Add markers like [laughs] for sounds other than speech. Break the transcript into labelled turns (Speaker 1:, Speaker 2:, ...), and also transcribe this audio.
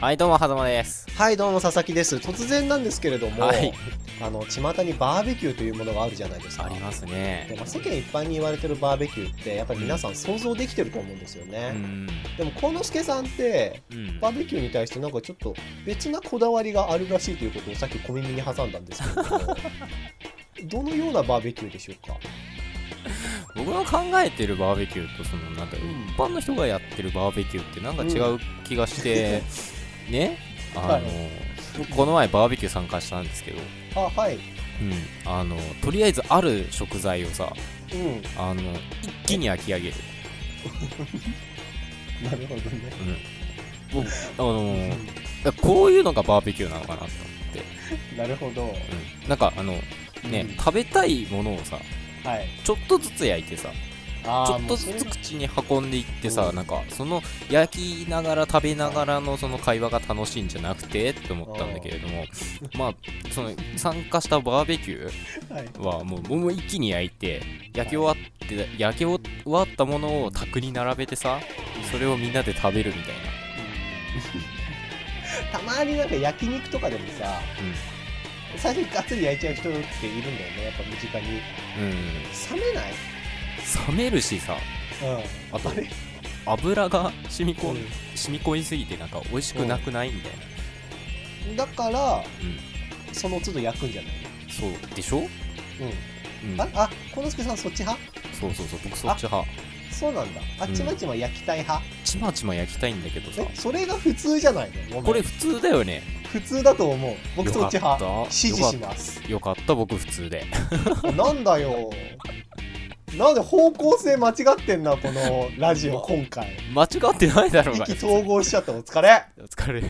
Speaker 1: はいどうもはざまです
Speaker 2: はいどうも佐々木です突然なんですけれども、
Speaker 1: はい
Speaker 2: あの巷にバーベキューというものがあるじゃないですか
Speaker 1: あります
Speaker 2: で
Speaker 1: ね
Speaker 2: まあ世間一般に言われてるバーベキューってやっぱり皆さん想像できてると思うんですよ
Speaker 1: う
Speaker 2: ね、
Speaker 1: ん
Speaker 2: でも幸之助さんって
Speaker 1: うん
Speaker 2: バーベキューに対してなんかちょっと別なこだわりがあるらしいということをさっき小耳に挟んだんですけれど
Speaker 1: [laughs]
Speaker 2: もどのようなバーベキューでしょうか
Speaker 1: 僕の考えてるバーベキューとそのなんだろう
Speaker 2: うん
Speaker 1: 一般の人がやってるバーベキューってなんか違う気がして、 [laughs] ねあの、
Speaker 2: はい
Speaker 1: 僕この前バーベキュー参加したんですけど、
Speaker 2: あはい
Speaker 1: うん、あのとりあえずある食材をさ
Speaker 2: うん
Speaker 1: あの一気に焼き上げる、
Speaker 2: なるほどね
Speaker 1: うん、僕あのだからこういうのがバーベキューなのかなと思って、
Speaker 2: なるほど、
Speaker 1: うん、なんかあのね、食べたいものをさ
Speaker 2: うんはい
Speaker 1: ちょっとずつ焼いてさ
Speaker 2: あ
Speaker 1: ち
Speaker 2: ー
Speaker 1: ょっ
Speaker 2: も
Speaker 1: と
Speaker 2: うそ
Speaker 1: ず
Speaker 2: れ
Speaker 1: つ口に運んでいってさ、
Speaker 2: うん
Speaker 1: なんかその焼きながら食べながらのその会話が楽しいんじゃなくてって思ったんだけれども、まあその参加したバーベキュ
Speaker 2: はい
Speaker 1: ーはもうもう一気に焼いて焼き終わって焼き終わったものを卓に並べてさそれをみんなで食べるみたいな
Speaker 2: たまになん [laughs] か焼肉とかでもさ、最初にガッツリ焼いちゃう人っているんだよねやっぱ身近に冷めない
Speaker 1: うん冷めるしさ
Speaker 2: うん
Speaker 1: あと
Speaker 2: あれ
Speaker 1: 油が染み込ん、
Speaker 2: う
Speaker 1: 染み込みすぎてなんか美味しくなくないみたいな、
Speaker 2: んだから
Speaker 1: う
Speaker 2: その都度焼くんじゃない
Speaker 1: ん、そうでしょ、
Speaker 2: う
Speaker 1: うん
Speaker 2: ん、ああこのすけさんそっち派
Speaker 1: そうそうそう僕そっち派
Speaker 2: そうなんだあ
Speaker 1: うん
Speaker 2: ちまちま焼きたい派、
Speaker 1: ちまちま焼きたいんだけどさ
Speaker 2: えそれが普通じゃないのごめん
Speaker 1: これ普通だよね
Speaker 2: 普通だと思う僕そっち
Speaker 1: よかっ
Speaker 2: 派
Speaker 1: た
Speaker 2: 支持します
Speaker 1: よかった僕普通で [laughs]
Speaker 2: なんだよなんで方向性間違ってんなこのラジオ今回
Speaker 1: 間違ってないだろう
Speaker 2: 意
Speaker 1: が
Speaker 2: 気投合しちゃったお疲れ
Speaker 1: お疲れ